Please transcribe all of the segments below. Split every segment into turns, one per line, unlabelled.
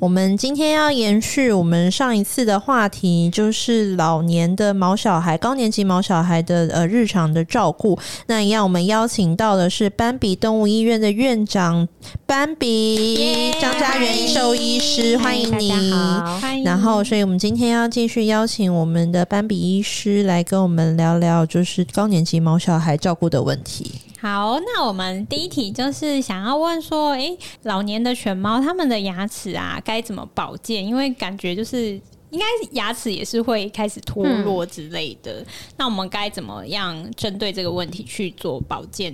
我们今天要延续我们上一次的话题，就是老年的毛小孩、高年级毛小孩的呃日常的照顾。那一样，我们邀请到的是斑比动物医院的院长斑比张家元兽医师，欢迎你。
欢迎
然后，所以我们今天要继续邀请我们的斑比医师来跟我们聊聊，就是高年级毛小孩照顾的问题。
好，那我们第一题就是想要问说，诶，老年的犬猫它们的牙齿啊，该怎么保健？因为感觉就是。应该牙齿也是会开始脱落之类
嗯
的，那我们该怎么样针对这个问题去做保健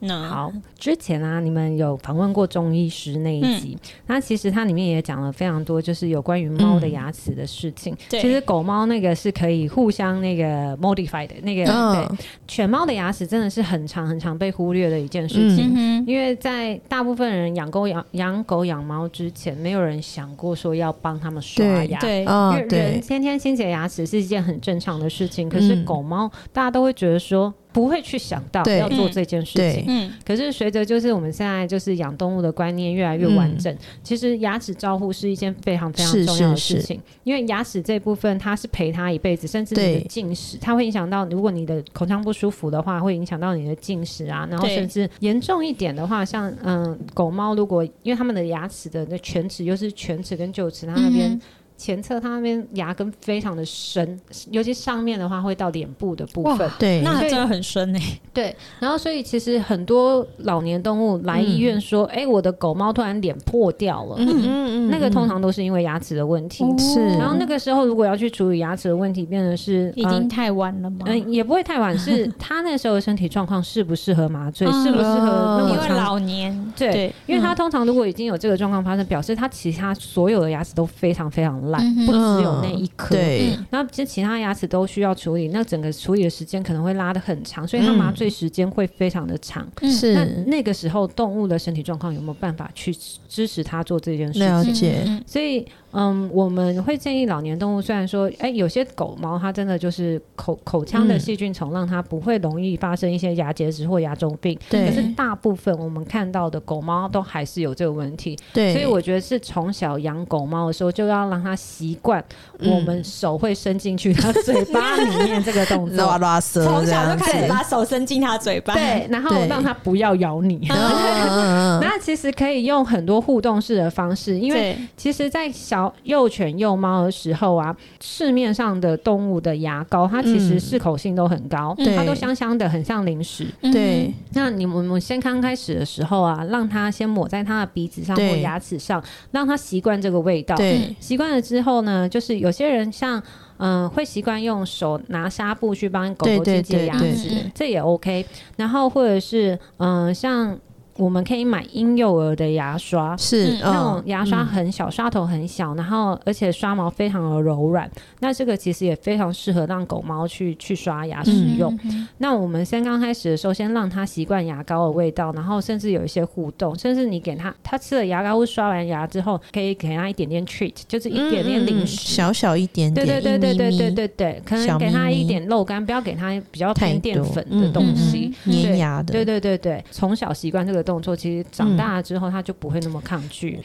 呢？
好，之前啊，你们有访问过中医师那一集，
嗯
那其实它里面也讲了非常多，就是有关于猫的牙齿的事情。
对
其实狗猫那个是可以互相那个 modify 的，那个、
嗯
对，犬猫的牙齿真的是很长很长被忽略的一件事情。
嗯哼，
因为在大部分人养狗养养狗养猫之前，没有人想过说要帮它们刷
对
牙，
对，
嗯
因为人，先天清洁牙齿是一件很正常的事情，可是
嗯
狗猫大家都会觉得说不会去想到
对
要做这件事
对
情。
嗯，
可是随着就是我们现在就是养动物的观念越来越完整，其实牙齿照护是一件非常非常重要的事情，
嗯是
因为牙齿这部分它是陪它一辈子，甚至你
对
的进食，它会影响到如果你的口腔不舒服的话，会影响到你的进食啊，然后
对
甚至严重一点的话，像嗯、狗猫如果因为它们的牙齿的那犬齿又是犬齿跟臼齿，它那边。
嗯
前侧它那边牙根非常的深，尤其上面的话会到脸部的部
哇
分。
对，
那真的很深欸诶、
对，然后所以其实很多老年动物来医院说，哎、我的狗猫突然脸破掉了，
嗯嗯哦
那个通常都是因为牙齿的问题。
是
然后那个时候如果要去处理牙齿的问题，变成
嗯
是
已经太晚了吗？
呃嗯，也不会太晚， 是他那时候的身体状况适不适合麻醉，
嗯
适不适
哦
合那
因
么
为
长。
老年，
对，
对嗯
因为他
嗯
通常如果已经有这个状况发生，表示他其他所有的牙齿都非常非常烂，
嗯哼
不只有那一颗。嗯
对，
然后其实其他牙齿都需要处理，那整个处理的时间可能会拉得很长，所以它
嗯
麻醉时间会非常的长。那
是
那个时候动物的身体状况有没有办法去支持它做这件事
了
情？
解
嗯
所以，嗯，我们会建议老年动物，虽然说，哎、有些狗猫它真的就是口口腔的
嗯
细菌虫，让它不会容易发生一些牙结石或牙周病。可
对
是大部分我们看到的狗猫都还是有这个问题，
对，
所以我觉得是从小养狗猫的时候就要让它习惯
嗯
我们手会伸进去它嘴巴里面这个动
拉
作，
拉丝，
从小就
这
开
样
始
子
把手伸进他嘴巴，
对，然后
对
让它不要咬你。
嗯嗯嗯嗯
那其实可以用很多互动式的方式，因为
对，
其实，在小幼犬、幼猫的时候啊，市面上的动物的牙膏，它其
嗯
实适口性都很高，
对
它都香香的，很像零食。
嗯
对，
那你我们先刚开始的时候啊，让它先抹在它的鼻子上或
对
牙齿上，让它习惯这个味道。
对
习惯了之后呢，就是有些人像嗯、呃会习惯用手拿纱布去帮狗
对
狗
对
清洁
对
牙
对
齿，
齿
这也 OK。然后或者是嗯、呃像我们可以买婴幼儿的牙刷。
是
嗯
那种
嗯
牙刷很小，刷头很小，然后而且刷毛非常的柔软，那这个其实也非常适合让狗猫去去刷牙使用。
嗯
那我们先刚开始的时候，先让它习惯牙膏的味道，然后甚至有一些互动，甚至你给它它吃了牙膏或刷完牙之后，可以给它一点点 treat，就是一点点零食。
嗯小小一点
对
点，
对对对对
一咪咪
对对对，可
小
能给它
咪咪
一点肉干，不要给它比较
太
偏
多
淀粉的东西。
嗯嗯
粘牙的，
对对对对，从小习惯这个动作，其实长大了之后它就不会那么抗拒。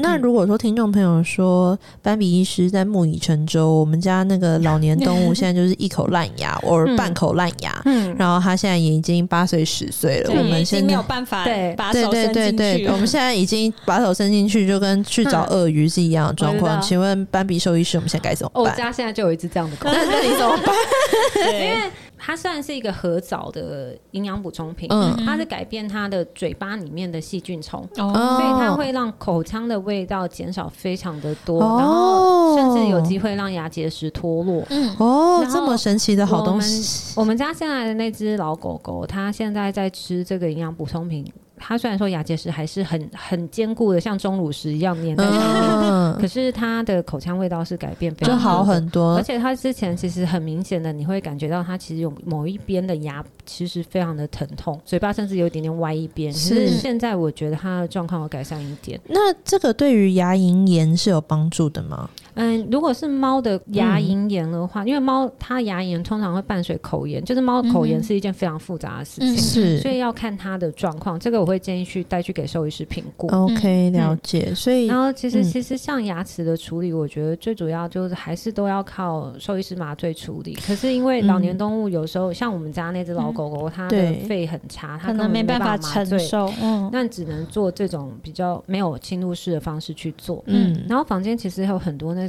那
嗯
如果说听众朋友说斑比医师在木已成舟，我们家那个老年动 物现在就是一口烂牙，偶尔半口烂牙，
嗯，
然后它现在也已经八岁十岁了，
对
我们
已经
现
没有
在。
办法
对
把
对
手
对
伸
对
进去
对，我
了
们。现在已经把手伸进去，就跟去找鳄鱼是一样的状
我
况。
知道
请问斑比兽医师，我们现在该怎
哦
么
我
办？
家现在就有一只这样的狗，
那那你怎么办？
对
它虽然是一个合藻的营养补充品，
嗯
它是改变它的嘴巴里面的细菌虫。
哦，
所以它会让口腔的味道减少非常的多，
哦
然后甚至有机会让牙结石脱落。
嗯
哦，
然后
这么神奇的好东西，
我们家现在的那只老狗狗，它现在在吃这个营养补充品，它虽然说牙结石还是很很坚固的，像钟乳石一样粘在上面，
嗯，
可是它的口腔味道是改变非
就
常
好
多的。
很多
而。且它之前其实很明显的，你会感觉到它其实有某一边的牙其实非常的疼痛，嘴巴甚至有一点点歪一边。可是
是
现在我觉得它的状况有改善一点。
那这个对于牙龈炎是有帮助的吗？
嗯，如果是猫的牙龈炎的话，因为猫它牙龈炎通常会伴随口炎，就是猫口炎是一件非常复杂的事情，
嗯
是
嗯所以要看它的状况。这个我会建议去带去给兽医师评估。
哦
OK，了解。所以
然后其实
嗯
其实像牙齿的处理，我觉得最主要就是还是都要靠兽医师麻醉处理。可是因为
嗯
老年动物有时候像我们家那只老狗狗，它的
对
肺很差，
可
它根
能
本
没
没
办法
法麻
承
醉，
受。嗯，
那只能做这种比较没有侵入式的方式去做。
嗯
然后房间其实还有很多那种，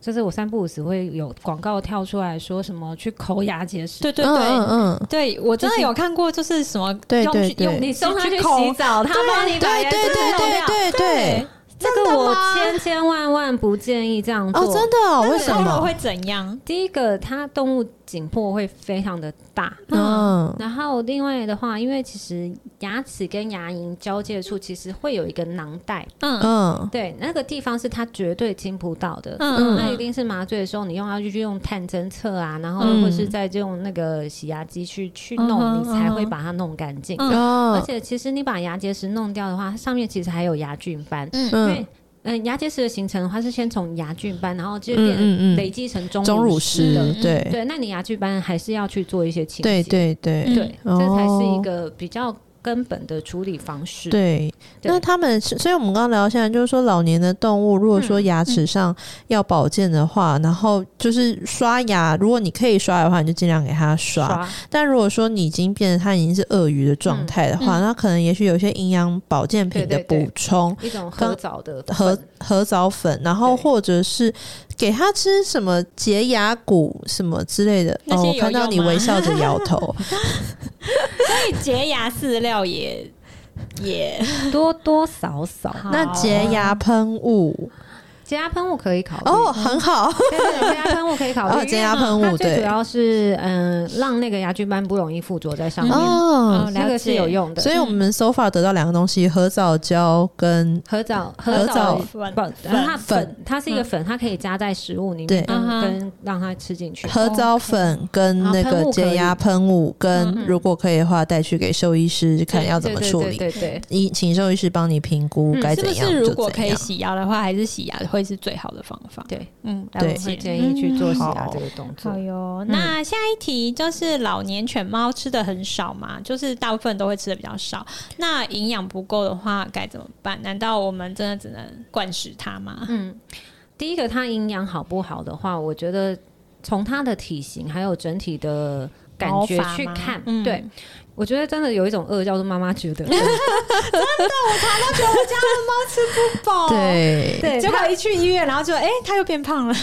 就是我三不五时会有广告跳出来说什么去抠牙结石，
对对
嗯
对。
嗯嗯，
对，我真的有看过，就是什么
对
用
对
去
对
用
你送它
去
去
口
洗澡，它帮你把
对
牙
对
齿
对
弄掉
对对嗯对，
这个我千千万万不建议这样做。
哦，真的哦，为
那
什
你抠了
么？
会怎样？
第一个，它动物紧迫会非常的大。
嗯，
然后另外的话，因为其实牙齿跟牙龈交界处其实会有一个囊袋，
嗯
嗯
对，那个地方是它绝对听不到的。
嗯
那一定是麻醉的时候，你用要去用探针测啊，然后或是再用那个洗牙机去去弄，
嗯哼
你才会把它弄干净。
嗯
而
哦，
且其实你把牙结石弄掉的话，它上面其实还有牙菌斑，因为
嗯
嗯牙结石的形成的话是先从牙菌斑，然后就
嗯
变
嗯
累
嗯，
积成中
钟乳
石的嗯
石，对
对，那你牙菌斑还是要去做一些清
对
洁，
对对
嗯
对，这才是
哦
一个比较根本的处理方式。
对。
对
那他们，所以我们刚刚聊现在就是说，老年的动物如果
嗯
说牙齿上要保健的话，然后就是刷牙，如果你可以刷的话，你就尽量给它
刷，
但如果说你已经变得它已经是鳄鱼的状态的话，
嗯
那可能也许有一些营养保健品的
对对对
补充。
一种
刚
合藻的
和
粉
和藻粉，然后
对
或者是给它吃什么洁牙骨什么之类的。
那
哦，
些
我
有
看到
用
你
吗
微笑着摇头。
洁牙饲料也也
多多少少，
那洁牙喷雾
洁牙喷雾可以考虑
哦，，很好，
对对对洁牙喷雾可以 考
哦，
虑。
洁牙喷
它
雾
最主
对，
要是嗯，让那个牙菌斑不容易附着在上面，
哦
嗯，
那
了
个
解
是有用的。
所以我们 so far 得到两个东西：合藻胶跟
合藻
合
合
藻
藻
粉
不，呃它粉它是一个
嗯
粉，它可以加在食物里
对
面，跟
嗯哼
跟让它吃进去。
合藻粉跟那
啊喷
个
雾可以
洁牙喷雾，跟
嗯
如果可以的话，带去给兽医师看要怎么
对
处
对
理。
对对对，
你请兽医师帮你评估
嗯
该
是不
怎样
是？
就
如果
怎
可以
样。
洗牙的话，还是洗牙会是最好的方法。
对，
嗯，
但我
对
会建议去做洗牙
好
这个动作
好。哟，那下一题就是老年犬猫吃的很少嘛，就是大部分都会吃的比较少。那营养不够的话该怎么办？难道我们真的只能灌食它吗？
嗯，第一个它营养好不好的话，我觉得从它的体型还有整体的感
毛
觉
发
去
吗
看，
嗯
对。我觉得真的有一种饿叫做妈 妈觉得饿，
爆
对，
对
结果一去医院，然后就哎、它又变胖了。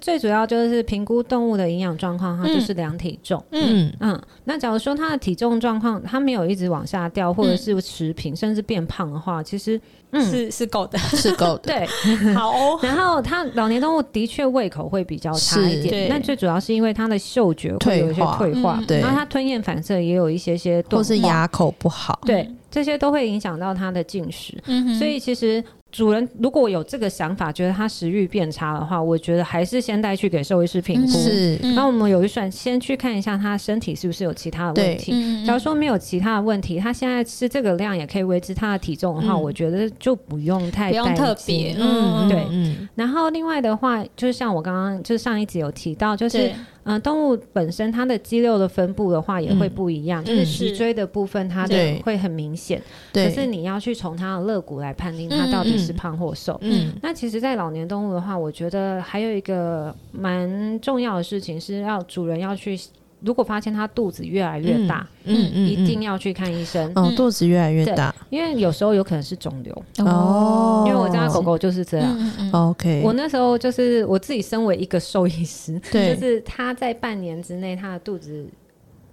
最主要就是评估动物的营养状况，它
嗯
就是量体重。
嗯
嗯那假如说它的体重状况它没有一直往下掉，或者是持平，甚至变胖的话，其实嗯
是是够的，
是够的。
对。
好 哦，
然后它老年动物的确胃口会比较差
是
一
对
点，那最主要是因为它的嗅觉会有一些
退化
退化
嗯，
对
然后它吞咽反射也有一些些钝
或
化，
是牙口不好，
对，这些都会影响到它的进食。
哦嗯哼
所以其实主人如果有这个想法，觉得它食欲变差的话，我觉得还是先带去给兽医师评估。
嗯
是，
嗯
那我们有一算，先去看一下他身体是不是有其他的问题。
嗯
假如说没有其他的问题，他现在吃这个量也可以维持他的体重的话，
嗯
我觉得就不用太
不用
担
特
心
别，
嗯，
对
嗯
然后另外的话，就是像我刚刚就是上一集有提到，就是
对，
嗯、呃动物本身它的肌肉的分布的话也会
嗯
不一样，就
嗯
是脊椎的部分它的
对
会很明显，可是嗯
对，
你要去从它的肋骨来判定它到底是胖或瘦。
嗯
那其实，在老年动物的话，我觉得还有一个蛮重要的事情是要主人要去，如果发现它肚子越来越大，
嗯嗯，
一定
要
要去看医生，
哦，
嗯
肚子越来越
对
大
因为有时候有可能是肿瘤，
哦，
因为我家狗狗就是这样。
嗯嗯嗯
OK，
我那时候就是我自己身为一个兽医师，
对
就是它在半年之内，它的肚子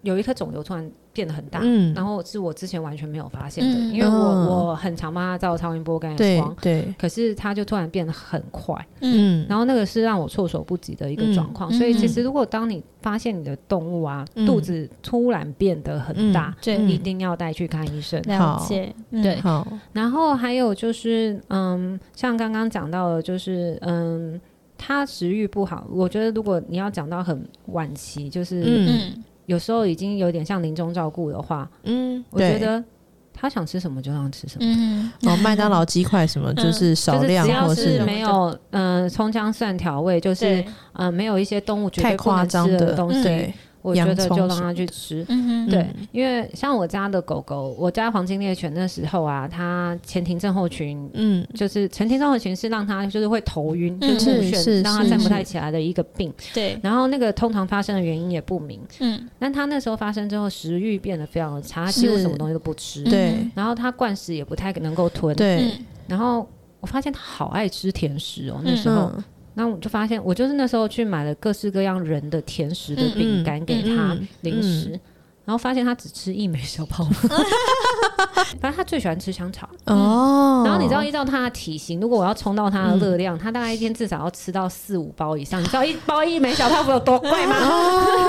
有一颗肿瘤突然变得很大，
嗯
然后是我之前完全没有发现的，
嗯
因为我、
嗯
我很常帮它照超音波跟 X
对
光，
对，
可是它就突然变得很快，
嗯
然后那个是让我措手不及的一个状况，
嗯
所以其实如果当你发现你的动物啊、
嗯
肚子突然变得很大，
对
一定要带去看医生。
了解，嗯
对
好，
然后还有就是，嗯，像刚刚讲到的，就是嗯，它食欲不好，我觉得如果你要讲到很晚期，就是
嗯
嗯
有时候已经有点像临终照顾的话，
嗯，
我觉
对
得他想吃什么就让他吃什么。
嗯，
哦，麦当劳鸡块什么就是少
嗯就是
量
只
或
要
是
是没有嗯葱姜蒜调味，就是
对，
嗯没有一些动物绝
太
对不
夸
能
张
吃的
的
东
嗯
西
对，
我觉
洋
得
葱
就
什
让
么
它去吃。
嗯哼，
对，因为像我家的狗狗，我家黄金猎犬那时候啊，它前庭症候群
嗯
就是前庭症候群是让它就是会头晕，
嗯
就是目
是是
眩，让它
是
站不
是
太起来的一个病。
对，
然后那个通常发生的原因也不明，
嗯，
但它那时候发生之后，食欲变得非常的差，它几乎
是
什么东西都不吃，
对
然后它灌食也不太能够吞，
对，
嗯，
然后。我发现它好爱吃甜食哦，那
嗯
时候，
嗯
那、我就发现我就是那时候去买了各式各样人的甜食的
嗯嗯
饼干给它
嗯嗯
零食，然后发现它只吃一枚 小泡芙，反正它最喜欢吃香肠。
哦，
嗯
嗯
然后你知道，依照它的体型，如果我要冲到它的热量，它大概一天至少要吃到四五包以上。你知道一 包一枚小泡芙有多贵吗？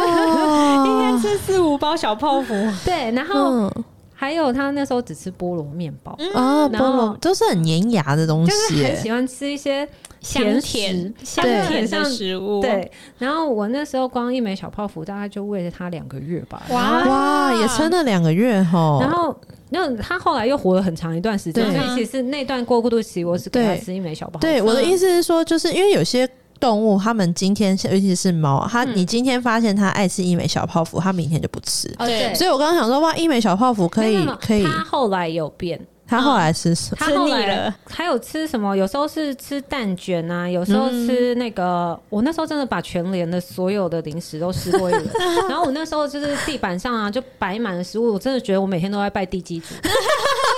今天
哦，
吃四五包小泡芙，
对，然后
嗯
还有他那时候只吃菠萝面包，
哦，菠
然后
萝都是很粘牙的东
就
西
是很
耶，
喜欢吃一些
香
食
甜。香
对
甜的食物，
对，然后我那时候光一枚小泡芙大概就喂了他两个月吧。
哇
哇，也撑了两个月哈，
啊然后，那他后来又活了很长一段时间，
对
所以其实那段过渡期，我是给他吃一枚小泡芙。
对，我的
嗯
意思是说，就是因为有些动物，它们今天，尤其是猫，它、
嗯
你今天发现它爱吃一枚小泡芙，它明天就不吃。
哦对，
所以我刚刚想说，哇，一枚小泡芙可
没有
以
没有
可以，
他后来有变，
它后来吃什么？
他
吃
后
腻
来
了
还有吃什么？有时候是吃蛋卷啊，有时候吃那个。我那时候真的把全联的所有的零食都吃过一 轮，然后我那时候就是地板上啊就摆满了食物，我真的觉得我每天都在拜地基 主。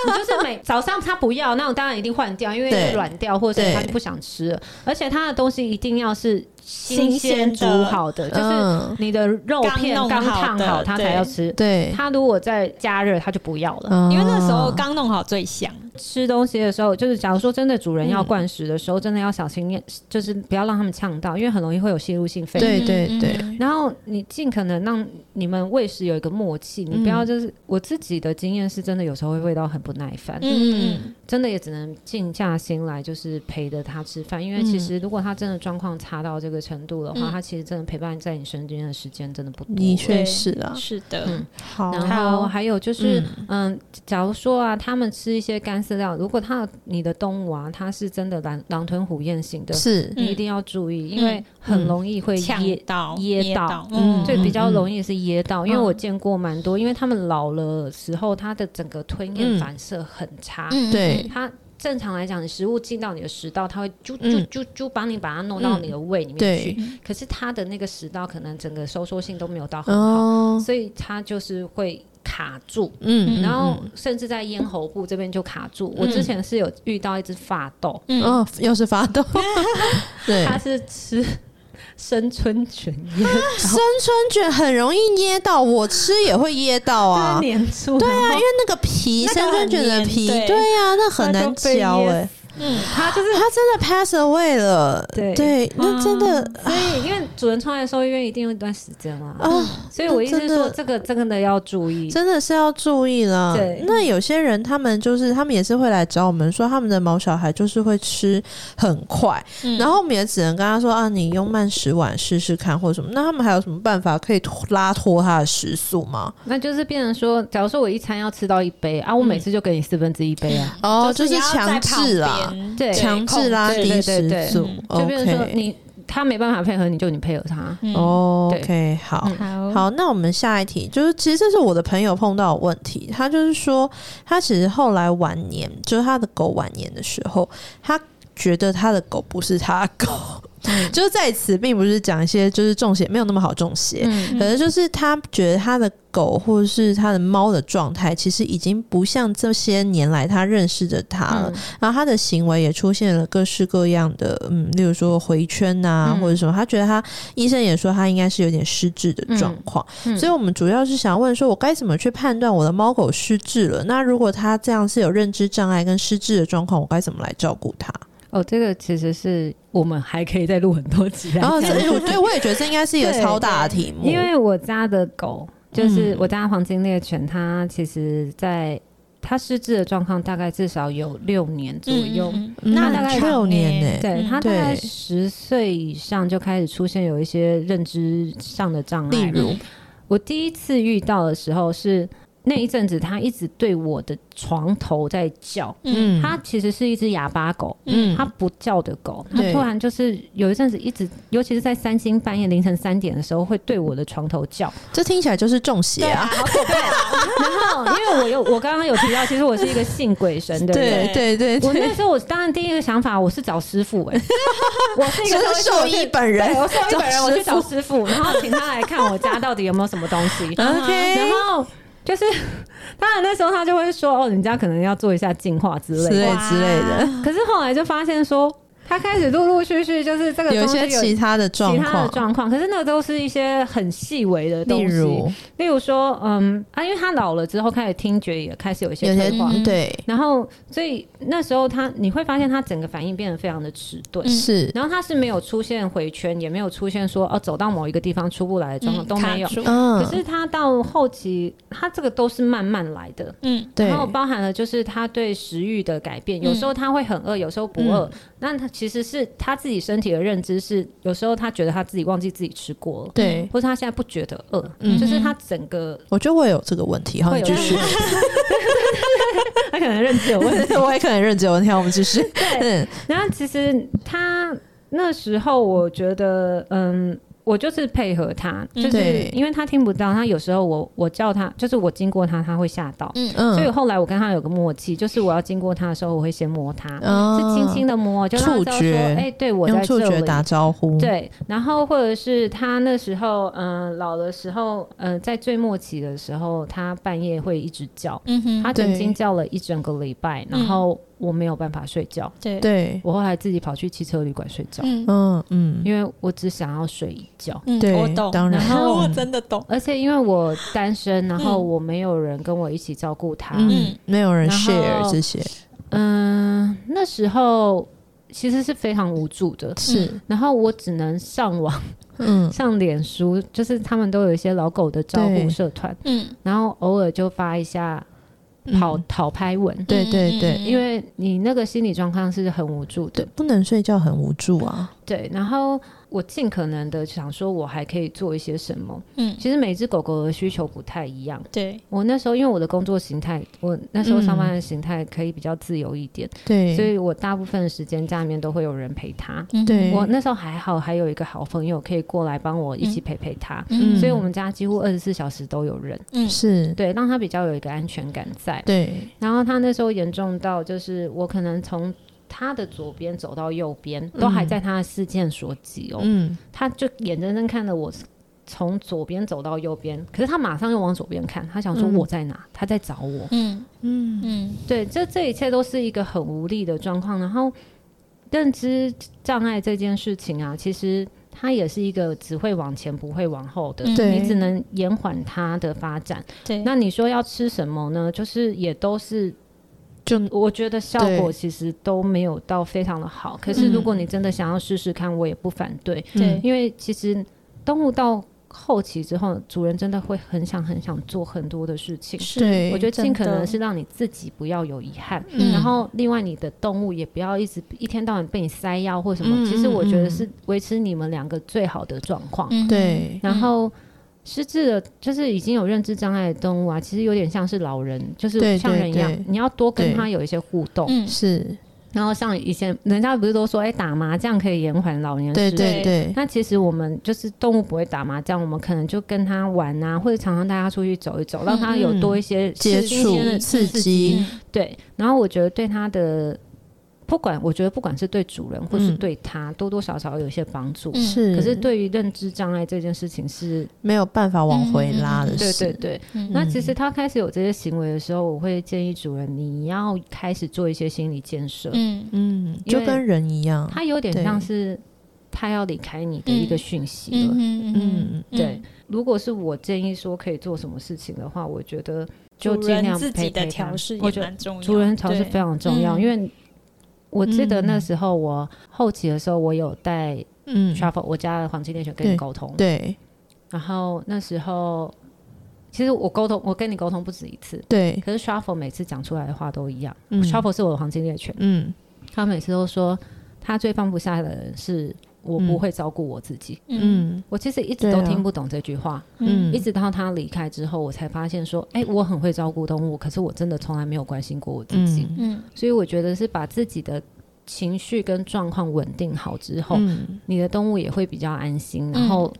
你就是每早上他不要，那我当然一定换掉，因为
对
软掉或者是他
对
不想吃了，而且他的东西一定要是新
新
鲜
鲜
煮
的
好的，就是
嗯，
你的肉片
刚弄
刚
好
烫
的
好，他才
对
要吃。
对，
他如果再加热，他就不要了。
因为那时候
哦
刚弄好最香，
吃东西的时候，就是假如说真的主人要灌食的时候，真的要小心念，就是不要让他们呛到，因为很容易会有吸入性肺炎。
对对
嗯
对，
嗯
然后你尽可能让你们喂食有一个默契，你不要就是、我自己的经验是真的有时候会喂到很不耐烦，
嗯
真的也只能静下心来就是陪着他吃饭，因为
嗯
其实如果他真的状况差到这个程度的话，
嗯
他其实真的陪伴在你身边的时间真的不多。
的确
对
是啊
嗯，。是的，
嗯
好，
然
好
后还有就是，嗯，假如说啊，他们吃一些干饲料，如果它你的动物啊，它是真的狼狼吞虎咽型的，
是
你一定要注意，因为很容易会
呛
噎，
到
噎到
嗯，
对，
嗯
比较容易是噎到。因为
嗯
我见过蛮多，因为他们老了时候，它的整个吞
嗯
咽反射很差，
嗯
对
它。正常来讲，你食物进到你的食道，它会啾啾
嗯
啾啾帮你把它弄到你的胃里面去
对。
可是它的那个食道可能整个收缩性都没有到很嗯好，
哦，
所以它就是会卡住。
嗯，
然后甚至在咽喉部这边就卡住。我之前是有遇到一只发豆，
嗯，
嗯
哦，又是发 抖，对，啊
它是吃生春卷烟，
生春卷很容易噎到，我吃也会噎到啊
它，粘住，对啊，因为
那个皮，
那个
生
很
春卷的
黏
皮，
对
对呀、那很难嚼哎、欸，
嗯，
它就是。
他真的 pass away 了，
对啊
那真的
所以，因为主人创业收医院一定有一段时间啦，
啊、
所以我一直
真的
说这个真的要注意。
真的是要注意了
对。
那有些人他们就是他们也是会来找我们说，他们的毛小孩就是会吃很快，
嗯
然后我们也只能跟他说啊，你用慢食碗试试看或什么。那他们还有什么办法可以拖拉拖他的食速吗？
那就是变成说，假如说我一餐要吃到一杯啊，我每次就给你四分之一杯啊，
哦，就是
要在
强制啊
旁
啦，
边
对
强制
控
拉
制
低
对对
食
对
速
嗯，
就变成说
OK
你他没办法配合你，就你配合他。
嗯
哦
对嗯
，OK，好。
好，
嗯好，那我们下一题就是，其实这是我的朋友碰到的问题。他就是说，他其实后来晚年，就是他的狗晚年的时候，他觉得他的狗不是他的狗，
嗯
就是在此并不是讲一些就是中邪没有那么好中邪，
嗯，
可能就是他觉得他的狗或者是他的猫的状态，其实已经不像这些年来他认识的他了。
嗯
然后他的行为也出现了各式各样的，嗯，例如说回圈呐、
嗯
或者什么。他觉得他医生也说他应该是有点失智的状况，
嗯嗯
所以我们主要是想问说，我该怎么去判断我的猫狗失智了？那如果它这样是有认知障碍跟失智的状况，我该怎么来照顾它？
哦，这个其实是我们还可以再录很多集啊来
然后
讲
哦这，我对我也觉得这应该是一个
对
超大的题目，
因为我家的狗
嗯
就是我家黄金猎犬，它其实在它失智的状况大概至少有六年左右。
嗯嗯
嗯
那大概
六年呢、
对
嗯
它大概
对
十岁以上就开始出现有一些认知上的障碍，
例如
我第一次遇到的时候是，那一阵子它一直对我的床头在叫，
嗯，
它其实是一只哑巴狗，
嗯
它不叫的狗，它
对
突然就是有一阵子一直，尤其是在三更半夜凌晨三点的时候，会对我的床头叫。
这听起来就是中邪啊！
好可怕！
然后，因为我有我刚刚有提到，其实我是一个信鬼神的人。
对对对
我
对，
那时候，我当然第一个想法我是找师傅 哎、我是一个
就是
稍
兽
微
医本人
对，我兽医本人，我去
找
找师傅，然后请他来看我家到底有没有什么东西。然
OK，
后就是，当然那时候他就会说，哦，你家可能要做一下净化之类
之类
的。
之类的，
可是后来就发现说，他开始陆陆续续就是这个
有一
东西
些
有
其他的状
其他的
况，
状况，可是那都是一些很细微的东
例
西，
如
例如说，嗯啊，因为他老了之后开始听觉也开始有一些
有些
退化。
嗯
对
然后，所以那时候他你会发现他整个反应变得非常的迟钝，
是，
然后他是没有出现回圈，也没有出现说哦、走到某一个地方出不来的状况、都没有
卡。住
嗯
可，是他到后期，他这个都是慢慢来的，
嗯，
对嗯
然，后包含了就是他对食欲的改变，有时候他会很饿，有时候不饿。那他其实是他自己身体的认知是，有时候他觉得他自己忘记自己吃过了，
对，
或者他现在不觉得饿，
嗯
就是他整个
我觉得我也有这个问题，好，
会
你
有
继 续。
他可能认知有问题。
我也可能认知有问题，好我们继续。嗯
然后其实他那时候，我觉得，嗯，我就是配合他，
嗯
就是
对
因为他听不到，他有时候我我叫他，就是我经过他，他会吓到。所以
嗯，
后来我跟他有个默契，就是我要经过他的时候，我会先摸他，
哦
是轻轻的摸，就让他知道
触
说，
觉
哎、对我
哦用
在
触
这
觉
里。
打招呼，，
对，然后或者是他那时候，嗯、老的时候，嗯、在最末期的时候，他半夜会一直叫，
嗯哼，
他曾
对
经叫了一整个礼拜，然
嗯
后我没有办法睡觉，
对，
对，
我后来自己跑去汽车旅馆睡觉，
嗯
嗯嗯，
因为我只想要睡一觉。
嗯，
对
我懂，
当然
然后
嗯
我真的懂，
而且因为我单身，然后
嗯
我没有人跟我一起照顾他，
嗯，没有人
然后
share 这些，
嗯，那时候其实是非常无助的。
是，
然后我只能上网，
嗯，
上脸书，就是他们都有一些老狗的照
对
顾社团，
嗯，
然后偶尔就发一下
嗯
讨讨拍文，
对
嗯
对对，
嗯
因为你那个心理状况是很无助
对
的，，
不能睡觉很无助啊，
对。然后我尽可能的想说，我还可以做一些什么。
嗯，
其实每只狗狗的需求不太一样。
对，
我那时候因为我的工作形态，我那时候上
嗯
班的形态可以比较自由一点，
对，
所以我大部分的时间家里面都会有人陪它。
嗯
对
我那时候还好，还有一个好朋友可以过来帮我一起陪陪他，
嗯
所以我们家几乎二十四小时都有人，
嗯
是，
对，让他比较有一个安全感在。
对，
然后他那时候严重到，就是我可能从他的左边走到右边，都还在他的视线所及哦，
嗯，
他就眼睁睁看着我。从左边走到右边，可是他马上又往左边看，他想说
嗯
我在哪？他在找我。
嗯
嗯，
嗯
对，这这一切都是一个很无力的状况。然后，认知障碍这件事情啊，其实它也是一个只会往前不会往后的，
嗯
对
你只能延缓它的发展。
对，
那你说要吃什么呢？就是也都是。
就
我觉得效
对嗯
果其实都没有到非常的好，可是如果你真的想要试试看，我也不反对，
对
因为其实动物到后期之后，主人真的会很想很想做很多的事情，
对
我觉得尽可
真
能
的
是让你自己不要有遗憾，
嗯
然后另外你的动物也不要一直一天到晚被你塞药或什么。
嗯
其实我觉
嗯
得是维持你们两个最好的状况。
嗯
对
然后失智的，就是已经有认知障碍的动物啊，其实有点像是老人，就是
对
像人一样
对对，
你要多跟
对
他有一些互动。
嗯
是，
然后像以前人家不是都说，哎、打麻将可以延缓老年
对
失智。
对
对
对，
嗯那其实我们就是动物不会打麻将，我们可能就跟它玩啊，或者常常带它出去走一走，让它有多一些
接
新
触
鲜的
刺激，
嗯
对，然后我觉得对他的，不管我觉得不管是对主人或是
嗯
对他，多多少少有一些帮助。
嗯
是，
可是对于认知障碍这件事情是，
没有办法往回拉
嗯
的
嗯嗯
对
事，
对对。
嗯
那其实他开始有这些行为的时候，我会建议主人你要开始做一些心理建设。
嗯
嗯，
因
就
为
跟人一样，
他有点
对
像是他要离开你的一个讯息了。
嗯嗯
嗯，
嗯，
对，如果是我建议说可以做什么事情的话，我觉得就
主
尽
人
量
自
陪
己的
陪他
调试
我
也
觉得
蛮重要的，
主人潮是非常重要，
对嗯
因为我记得
嗯
那时候我后期的时候，我有带
嗯，
Truffle、我家的黄金猎犬跟
对
你沟通，
对
然后那时候其实我沟通，我跟你沟通不止一
嗯
次，
对，
可是 Truffle 每次讲出来的话都一样、
嗯
t r u f f l e 是我的黄金猎犬，
嗯，
他每次都说他最放不下的人是我不会照顾我自己。
嗯
嗯
我其实一直
对啊
都听不懂这句话，
嗯
一直到他离开之后，我才发现说，哎、我很会照顾动物，可是我真的从来没有关心过我自己。
嗯
嗯
所以我觉得是把自己的情绪跟状况稳定好之后，
嗯，
你的动物也会比较安心，然后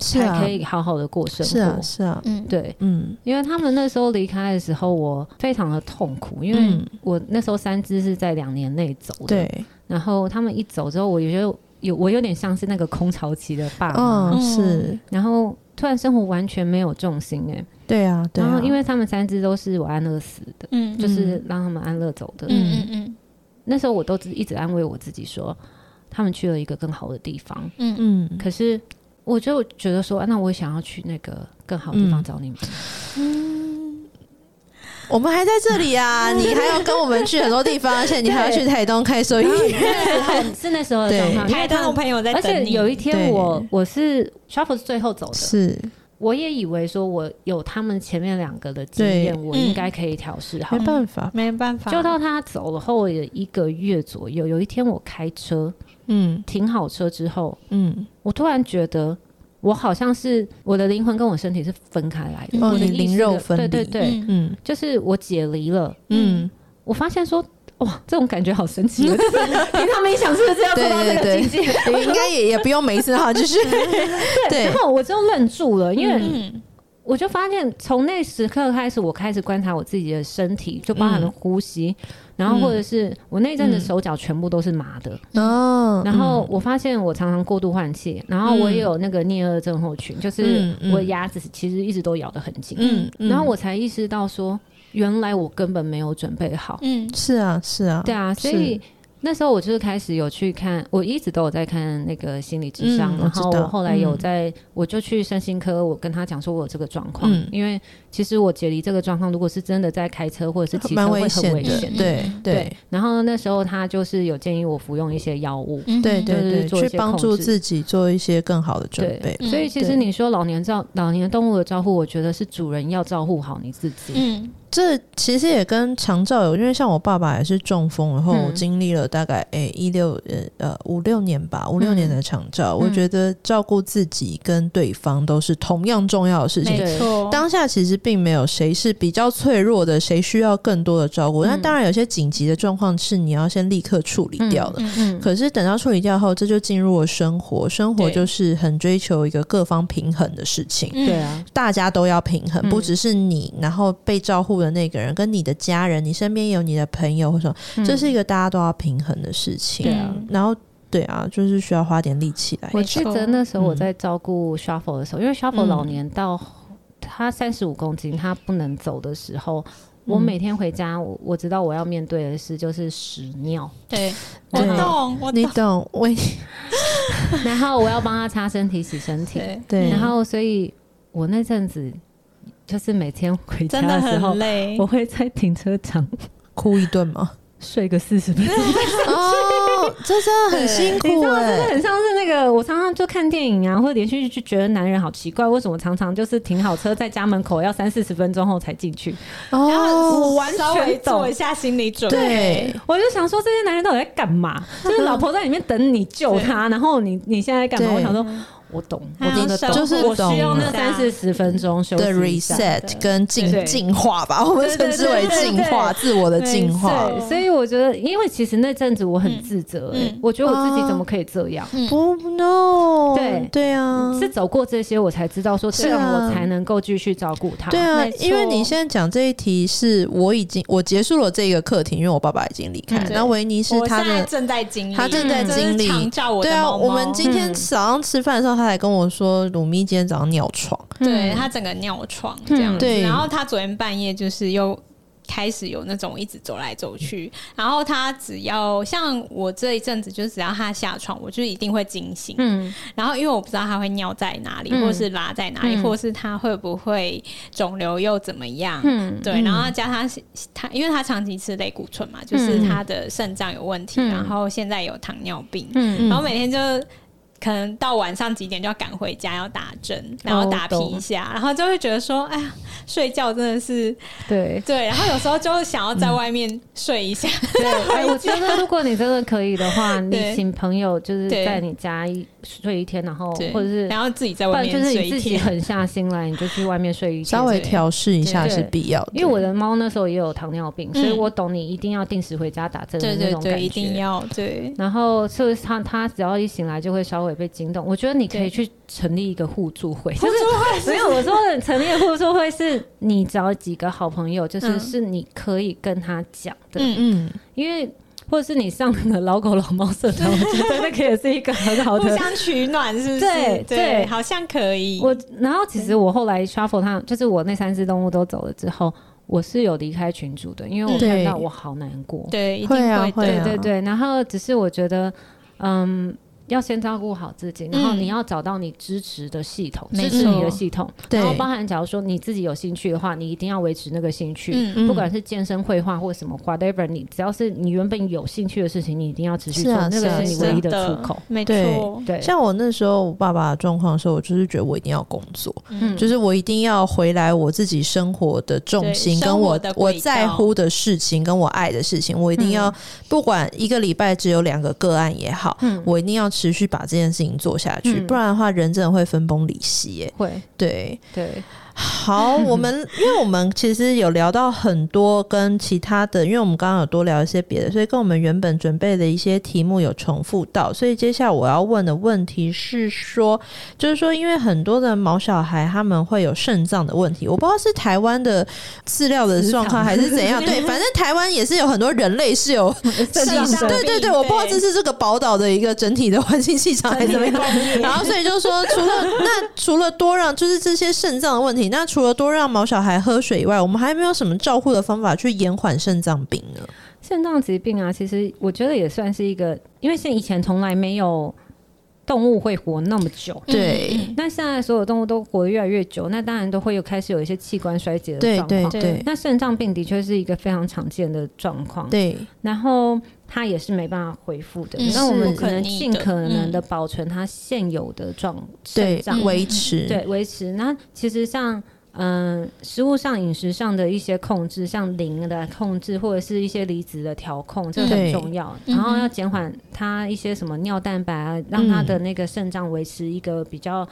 是
才
啊
可，以好好的过生活。
是啊，是啊，
嗯，
对，
嗯
因为他们那时候离开的时候，我非常的痛苦，因为
嗯
我那时候三只是在两年内走的，，
对，嗯
然后他们一走之后，我觉得有我有点像是那个空巢期的爸妈，
嗯
嗯
是，
然后突然生活完全没有重心哎、
对啊，对
然
啊
后，因为他们三只都是我安乐死的，
嗯
就
嗯
是让他们安乐走的，
嗯嗯
那时候我都只一直安慰我自己说，他们去了一个更好的地方，
嗯
嗯
可是我就觉得说，啊那我也想要去那个更好的地方
嗯
找你们。
我们还在这里啊，你还要跟我们去很多地方，而且你还要去台东开收银。
对，是那时候的状
对
况，
嗯，
因
台
为
东
他
的朋友在
而
等
且
你，
有一天我
对
我是 shuffle 是最后走的，
是，
我也以为说我有他们前面两个的经
对嗯
验，我应该可以调试好
没。办法，
没办法，
就到他走了后的一个月左右，有一天我开车
嗯
停好车之后，
嗯，
我突然觉得我好像是我的灵魂跟我身体是分开来的，
嗯
我的
哦你
意识
灵肉分离
对对对，
嗯
嗯
就是我解离了，
嗯，
我发现说。哇，这种感觉好 神奇！哦就是平常冥想是不是要做到这
对对
个
对
境界？
应该也也不用每一次哈，就是对
然后我就愣住了，因为
嗯
我就发现从那时刻开始，我开始观察我自己的身体，就包含
嗯
了呼吸，然后或者是我那阵子手脚全部都是麻的，
哦，
嗯然后我发现我常常过度换气，然后我也有那个颞颌症候群，就是
嗯嗯
我的牙齿其实一直都咬得很紧，
嗯，嗯
然后我才意识到说，原来我根本没有准备好。
嗯
是啊是啊，
对啊，所以那时候我就是开始有去看，我一直都有在看那个心理智商，
嗯
然
我
后
知道
我后来有在，我就去身心科，我跟他讲说我有这个状况，
嗯
因为其实我解离这个状况，如果是真的在开车或者是骑车
蛮
会
危
很
险
危
的
险，，
对
对
对。
然后那时候他就是有建议我服用一些药物，
嗯
对
就是
对
做
对，去
一些
帮
控
助
制
自己做一些更好的准
对
备。
嗯
所以其
对
实你说老年照老年动物的照护，我觉得是主人要照护好你自己，
嗯
这其实也跟长照有，因为像我爸爸也是中风，然后
嗯
我经历了大概诶一六呃呃五六年吧，五六年
嗯
的长照，我觉得照顾自己跟对方都是同样重要的事情。
嗯没错，
当下其实并没有谁是比较脆弱的，谁需要更多的照顾。那、
嗯
当然，有些紧急的状况是你要先立刻处理掉的。
嗯，
可是等到处理掉后，这就进入了生活，生活
对
就是很追求一个各方平衡的事情。
嗯
对，啊，
大家都要平衡，
嗯
不只是你，然后被照护的那个人，跟你的家人，你身边有你的朋友或什么，
嗯
这是一个大家都要平衡的事情。
对啊
嗯
然后对啊，就是需要花点力气来。
我
没
记
错
得那时候我
嗯
在照顾 Shuffle 的时候，因为 Shuffle
嗯
老年到他三十五公斤，他不能走的时候，我
嗯
每天回家，我我知道我要面对的事就是屎尿，
对，我
对
懂，我
你
懂，
懂我？
然后我要帮他擦身体、洗身体，
对，
对，
然后所以我那阵子就是每天回家
真的
时候
很，累
我，会在停车场
哭一顿吗？
睡个四十分钟，
哦，这真的很辛
你
苦
知道，真的
哎、
很像是那个我常常就看电影啊，或者连续剧，就觉得男人好奇怪，为什么常常就是停好车在家门口要三四十分钟后才进去？
然后
哦，
我完
稍微
全做
懂
一下心理准备，
对，
我就想说，这些男人到底在干嘛？就是老婆在里面等你 救他，然后你你现在在干嘛？
对
我想说，我懂，我
他要
真的懂，
就是
我需要
懂
那
了
三四十分钟休
的
息一下。
reset 跟进
对
进化吧，我们
对
称
对
之为
对对
进化，自我的进化。
对，所以我觉得，因为其实那阵子我很自责、
嗯
欸
嗯
我觉得我自己
哦
怎么可以这样？
不，no，
对
对啊，
是走过这些，我才知道说这样
是啊
我才能够继续照顾他。
对啊
没，错
因为你现在讲这一题是我已经我结束了这个课题，因为我爸爸已经离开了。
嗯
那维尼是
我
他
现在
的，
正在经历，
他正在经历
就是常照我
对
的
啊，
猫猫
我们今天
嗯
早上吃饭的时候，他还跟我说鲁咪今天早上尿床，
对
嗯
他整个尿床这样子，
嗯
对
然后他昨天半夜就是又。开始有那种一直走来走去，然后他只要像我这一阵子，就是只要他下床，我就一定会惊醒。
嗯，
然后因为我不知道他会尿在哪里，
嗯
或是拉在哪里，
嗯
或是他会不会肿瘤又怎么样？
嗯
对，然后加上他，因为他长期吃类固醇嘛，就是
嗯
他的肾脏有问题，
嗯
然后现在有糖尿病，
嗯
然后每天就可能到晚上几点就要赶回家，要打针，然后
哦
打皮
懂
下，然后就会觉得说，哎呀，睡觉真的是
对
对，然后有时候就想要在外面睡一下，
对， 哎，我觉得如果你真的可以的话，
对
你请朋友就是
对
在你家一睡一天，然后
对，
哦或者是
然后自己在
不
外
然就
面
是
睡
你
一
自己
天，
狠下心来，你就去外面睡一天
稍。微
对
调试一下
对
是必要的，
因为我的猫那时候也有糖尿病，所以
嗯
我懂你一定要定时回家打针的
对
那
对
种感觉。
对，一定要对。
然后就是他，他只要一醒来就会稍微被惊动。我觉得你可以
对
去成立一个互助 会，就是没有我说的成立的互助会是你找几个好朋友，就是
嗯
是你可以跟他讲的，
嗯
嗯，
因为或者是你上那个老狗老猫社团，我觉得那个也是一个很 好
互
的。
相取暖是不是？
对对啊
好像可以。
我然后其实我后来 shuffle 它，就是我那三只动物都走了之后，我是有离开群组的，因为我
嗯
看
对
到我好难过。
对，一定
会啊
会
会
的
啊
对对，然后只是我觉得，嗯，要先照顾好自己，然后
嗯
你要找到你支持的系统，
没
支持你
错
的系统，
对
然后包含假如说你自己有兴趣的话，你一定要维持那个兴趣。
嗯
嗯
不管是健身、绘画或什么 whatever，你只要是你原本有兴趣的事情，你一定要持续
是
做，
啊
那
是啊
个是你唯一
真
的出口。
没
对
错。
对，
像我那时候我爸爸的状况的时候，我就是觉得我一定要工作，
嗯
就是我一定要回来我自己生活的重心，
对
跟我
生活的
我
轨道嗯
在乎的事情，跟我爱的事情，我一定要、不管一个礼拜只有两个个案也好，
嗯
我一定要持续把这件事情做下去，
嗯
不然的话人真的会分崩离析耶。
会
对，
对
好，我 们因为我们其实有聊到很多跟其他的，因为我们刚刚有多聊一些别的，所以跟我们原本准备的一些题目有重复到，所以接下来我要问的问题是说， 就是说，因为很多的毛小孩他们会有肾脏的问题，我不知道是台湾的饲料的状况还是怎样， 对，反正台湾也是有很多人类 是啊有
肾
脏
气
的
对对对，
对
我不知道这是这个宝岛的一个整体的环境气场还是怎么样。然后所以就说，除了那除了多让就是这些肾脏的问题，那除了多让毛小孩喝水以外，我们还有没有什么照顾的方法去延缓肾脏病呢？
肾脏疾病啊，其实我觉得也算是一个，因为现在以前从来没有动物会活那么 久，
对
那现在所有动物都活得越来越久，那当然都会有开始有一些器官衰竭的
对
状况。
对
对
对
那肾脏病的确是一个非常常见的状况，
对，
然后它也是没办法恢复的
嗯。
那、我们
是
只能尽可能的
嗯
保存它现有的状肾
对
脏，
维持
对维持。那其实像嗯、食物上、饮食上的一些控制，像磷的控制，或者是一些离子的调控，这
对嗯
很重要。然后要减缓它一些什么尿蛋白啊，让它的那个肾脏维持一个比较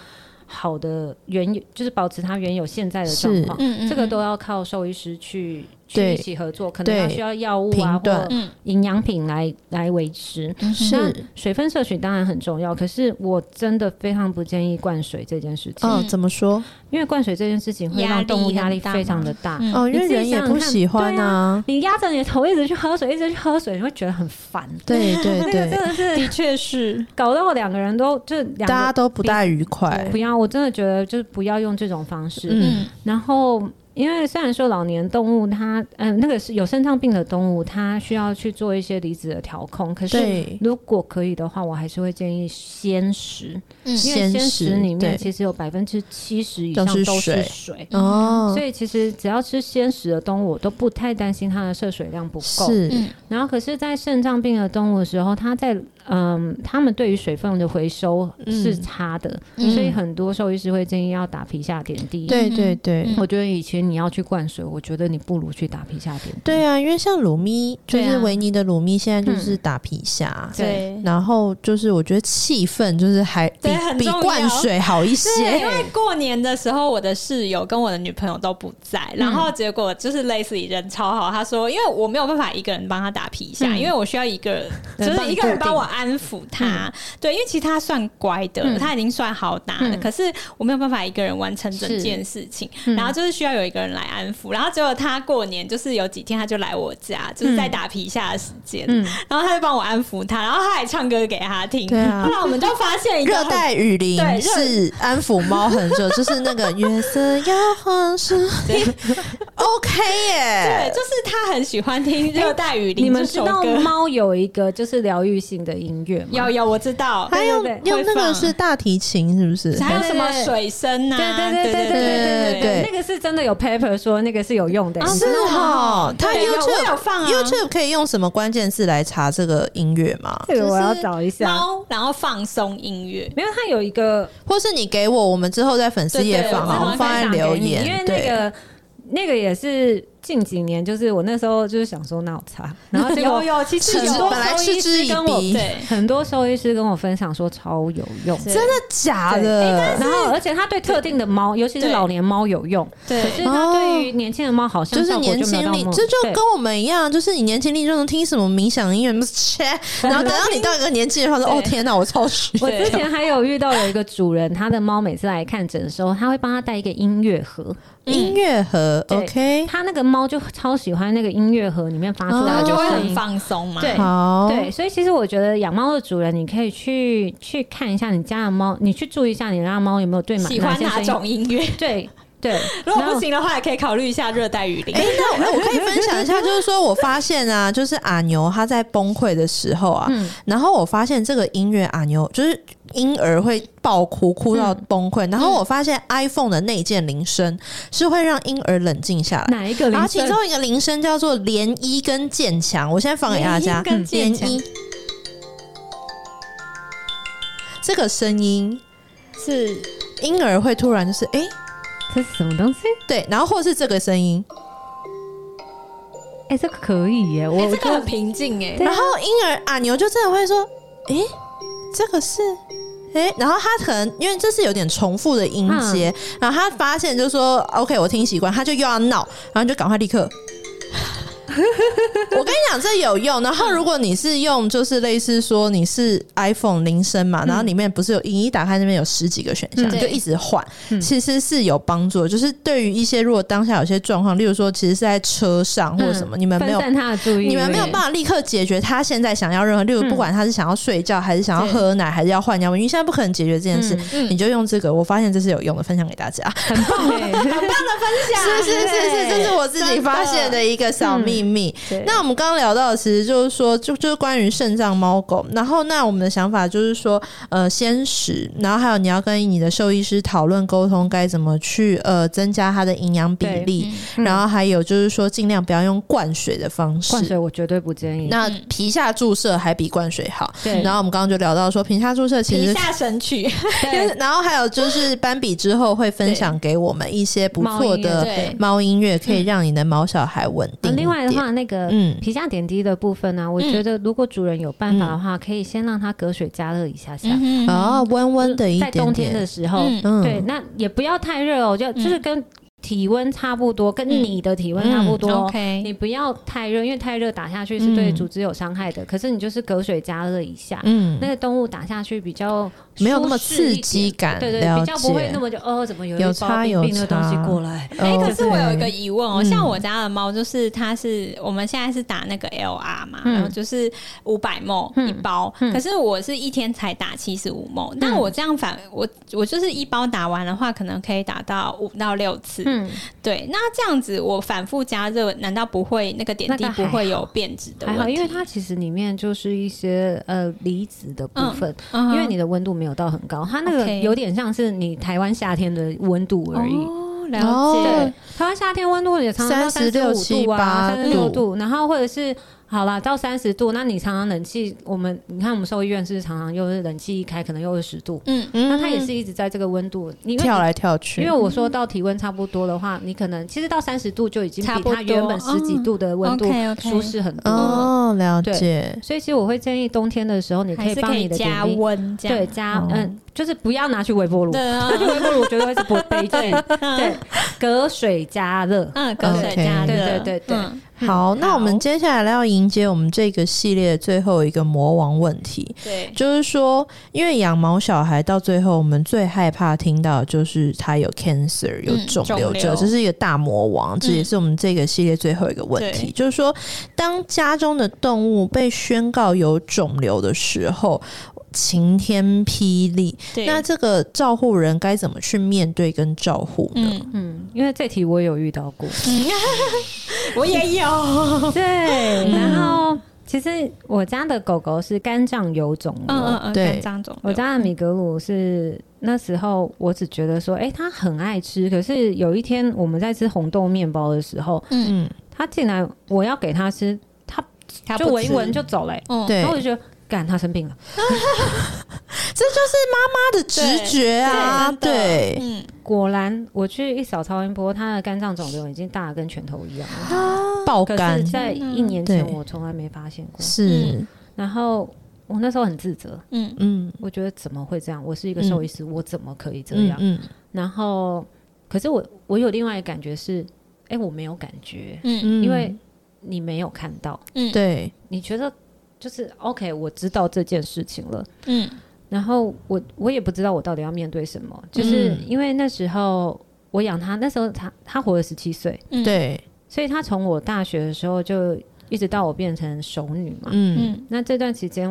好的原有，就是保持它原有现在的状况。
嗯
这个都要靠兽医师去去
对
一起合作，可能要
对
需要药物
评
啊
断
或
嗯
营养品来来维持。那
是
水分摄取当然很重要，可是我真的非常不建议灌水这件事情，
哦，怎么说？
因为灌水这件事情会
压
让
力
动物压
很
力
大
非常
吗
的大。
嗯
哦，因为
你自己
人也
想想
不
看
喜欢
对啊
啊，
你压着你的头一直去喝水，一直去喝水，你会觉得很烦。
对对
那啊个真
对，
的是
的确是，
搞到两个人都就两
大家
个
都不大愉快
不。要，我真的觉得就是不要用这种方式。
嗯，
然后，因为虽然说老年动物它，嗯、那个是有肾脏病的动物，它需要去做一些离子的调控。可是，
对，
如果可以的话，我还是会建议鲜食，
嗯
因为鲜食里面
对
其实有百分之七十以上
都是
都是
水
水。
哦
嗯所，以其实只要吃鲜食的动物，我都不太担心它的摄水量不够。嗯
是，
然后，可是，在肾脏病的动物的时候，它在嗯，它们对于水分的回收是
嗯
差的，
嗯
所以很多兽医师会建议要打皮下点滴。
对对对。
嗯
我觉得以前你要去灌水，我觉得你不如去打皮下点滴。
对啊，因为像鲁咪，就
对
是
啊嗯
维尼的鲁咪，现在就是打皮下，
对。
然后就是我觉得气氛就是还比
对很
比
重要
灌水好一
对，因
些，
为过年的时候，我的室友跟我的女朋友都不
嗯
在，然后结果就是类似于人超好，他说，因为我没有办法一个人帮他打皮下，
嗯
因为我需要一个人，就
人帮
是一
你
个人
固定
帮我安抚他。对，因为其实他算乖的，
嗯
他已经算好打了，
嗯
可是我没有办法一个人完成整
是
件事情，
嗯
然后就是需要有一个人来安抚。然后结果他过年就是有几天他就来我家，就是在打皮下的时间，
嗯
然后他就帮我安抚他，然后他还唱歌给他听。
对啊
后来我们就发现一个
热
很
带雨林
对热
是安抚猫很久，就是那个月色摇晃是，OK
对，
耶，
就是他很喜欢听《热带雨林
你》
这
们知
首
道
歌。
猫有一个就是疗愈性的音音乐嘛，
有有，我知道，
还有
对对
对啊
用那
会
个
放
是大提琴，是不是？
还有
对对
什么
对
水声呐、啊？
对对对
对
对对
那个是真的有 paper 说那个是有用的，
啊
是
真的
哦
哦，
它
对有我
YouTube
有放啊
YouTube 可以用什么关键字来查这个音乐吗？
这个我要
就是
找一下。
猫，然后放松音乐。
没有，它有一个
或是你给我，我们之后在粉丝页
对对
放
我
好，
之
我
后
们放
再
在
赏
留
给你
言，
因为
对
那个那个也是近几年，就是我那时候就是想说，那我查，然后结果
有有，其实
嗤之
有
本来嗤之以
很多收
鼻
益，
对，
很多兽医师跟我分享说超有用。
是
真的假
哎
对
的？
然后，而且它对特定的猫，尤其是
对
老年猫有用，
对
可是它
哦
对于年轻的猫好像
就是
效果
年
就没有
轻
到
力，
那么
这就
对
跟我们一样，就是你年轻力就能听什么冥想音乐，不是 切然后等到你到一个年纪的话，说
对
哦天哪，我超虚。
我
对
之前还有遇到有一个主人，他的猫每次来看诊的时候，他会帮他带一个音乐盒，
音乐盒
对
，OK，
他那个猫就超喜欢那个音乐盒里面发出
哦
来
然
的
后就会
声
很
音。
放松嘛。
对
好，
对，所以其实我觉得养猫的主人，你可以去去看一下你家的猫，你去注意一下你家的猫有没有对哪
喜欢
些
哪
声音。
种音乐？
对 对，
如果
然后
不行的话，也可以考虑一下热带雨林。
哎、那我哎我可以分享一下，就是说我发现啊，就是阿牛他在崩溃的时候啊，
嗯
然后我发现这个音乐阿牛就是婴儿会爆哭，哭到
嗯
崩溃，然后我发现 iPhone 的内建铃声是会让婴儿冷静下来。
哪一个
然
铃
后啊其
声？
中一个铃声叫做涟漪跟渐强，我现在放给大家。
涟漪跟
涟
渐强
漪，这个声音
是
婴儿会突然就是哎、诶
这是什么东西？
对，然后或是这个声音，
哎、这个可以耶！
哎、
我
这
就
个很平静哎、
对啊
然后婴儿阿牛就真的会说：“诶，这个是。”诶，然后他可能因为这是有点重复的音节，
嗯
然后他发现就说：“OK，我听习惯。”他就又要闹，然后就赶快立刻。 我跟你讲，这有用。然后如果你是用，就是类似说你是 iPhone 铃声
嗯
嘛，然后里面不是有你一打开那边有十几个选项，
嗯
就一直换，
嗯
其实是有帮助的。就是对于一些如果当下有些状况，例如说其实是在车上或者什么，你们没
嗯分
有
散他的注意力，
你们没有办法立刻解决他现在想要任何，例如不管他是想要睡觉，还是想要喝奶，还是要换尿布，因为现在不可能解决这件事，
嗯
你就用这个。我发现这是有用的，分享给大家。
很棒哎！
是是是是，这是我自己发现的一个小秘密。
对
那我们刚刚聊到，的其实就是说，就就是关于肾脏猫狗。然后，那我们的想法就是说，呃，鲜食，然后还有你要跟你的兽医师讨论沟通，该怎么去呃增加它的营养比例。
嗯
然后还有就是说，尽量不要用灌水的方式。
灌水我绝对不建议。
那皮下注射还比灌水好。
嗯对
然后我们刚刚就聊到说，皮下注射其
皮
实。
下神曲，
对
然后还有就是斑比之后会分享给我们一些不错
呃
的
对，
猫音乐，可以让你的毛小孩稳定
呃
一点。
另外的话，那个
嗯
皮下点滴的部分呢、我觉得如果主人有办法的
嗯
话，可以先让它隔水加热一下下。
嗯
然后哦温温的一
在
点点，
冬天的时候，
嗯
嗯，
对，那也不要太热哦，就就是跟体温差不多，
嗯
跟你的体温差不多。你
，OK，
不要太热，因为太热打下去是对组织有伤害的。可是你就是隔水加热一下，
嗯，
那个动物打下去比较
没有那么
舒适
刺
一点
激，感，
对对，
了
比较不会
解
那。么就哦，怎么有
有
一
差
包冰
有
冰的东西
差
过来？
哎、可是我有一个
OK
疑问哦、
嗯
像我家的猫，就是它是我们现在是打那个 LR 嘛，
嗯
然后就是五百梦
嗯
一包、
嗯
可是我是一天才打七十五梦，但
嗯
我这样反我我就是一包打完的话，可能可以打到五到六次、
嗯，
对，那这样子我反复加热，难道不会那个点滴
那个还
不会有变质的
还好，
问题？
因为它其实里面就是一些呃离子的部分，
嗯哼
因为你的温度没有到很高，它那个
OK
有点像是你台湾夏天的温度而已。
哦，了
哦
解，
台湾夏天温度也常常到三
36
十五度啊，
7
三十六度，然后或者是好啦，到三十度，那你常常冷气，我们你看我们兽医院是常常又是冷气一开，可能又是十度，
嗯，
嗯
那它也是一直在这个温度，因为
跳
你。
来跳
因
去
为，我说到体温差不多的话，你可能其实到三十度就已经
差
比
不多
它原本十几度的温度
嗯，OK，OK 嗯
舒适很多了。
哦，了解，
所以其实我会建议冬天的时候，你可
还
以
是
帮
可
你
以
的点
加
滴
温这样，
对加
哦
嗯，就是不要拿去微波炉，
对啊
拿去微波炉我觉得会是不卑贱。对， 隔水加热。
嗯，隔水加热，
OK 对对对对
嗯
好，那我们
好
接下来要迎接我们这个系列最后一个魔王问题，
对，
就是说，因为养毛小孩到最后，我们最害怕听到的就是他有 cancer 有肿瘤
嗯肿
症，
瘤嗯
这是一个大魔王，这也是我们这个系列最后一个问题，
对
就是说，当家中的动物被宣告有肿瘤的时候。晴天霹雳，
对
那这个照护人该怎么去面对跟照护呢？
嗯，
嗯，因为这题 我有遇到过，
我也有，
对，然后。嗯其实我家的狗狗是肝脏有肿瘤，
嗯嗯嗯，
对
肝脏肿瘤，
我家的米格鲁是那时候我只觉得说，哎、它很爱吃，可是有一天我们在吃红豆面包的时候，
嗯，
嗯，
它进来我要给它吃，它
它
就
不
闻一
吃
闻就走了、欸
嗯，
对
然，后我就觉得。干，它生病了。
这就是妈妈的直觉啊，
对真
对，
嗯，
果然，我去一扫超音波，它的肝脏肿瘤已经大的跟拳头一样了。
爆
嗯可
肝
是，在一年前，
对
我从来没发现过。
是，
然后我那时候很自责，
嗯
嗯
我觉得怎么会这样？我是一个兽医师，我怎么可以这
嗯
样？
嗯
然后，可是我我有另外一个感觉是，哎、我没有感觉，
嗯
嗯，
因为你没有看到，
嗯，，
对，
你觉得就是 OK，我知道这件事情了。
嗯
然后我我也不知道我到底要面对什么，就是
嗯
因为那时候我养它，那时候它它活了十七岁，
嗯，
对，
所以它从我大学的时候就一直到我变成熟女嘛，
嗯
嗯
那这段期间，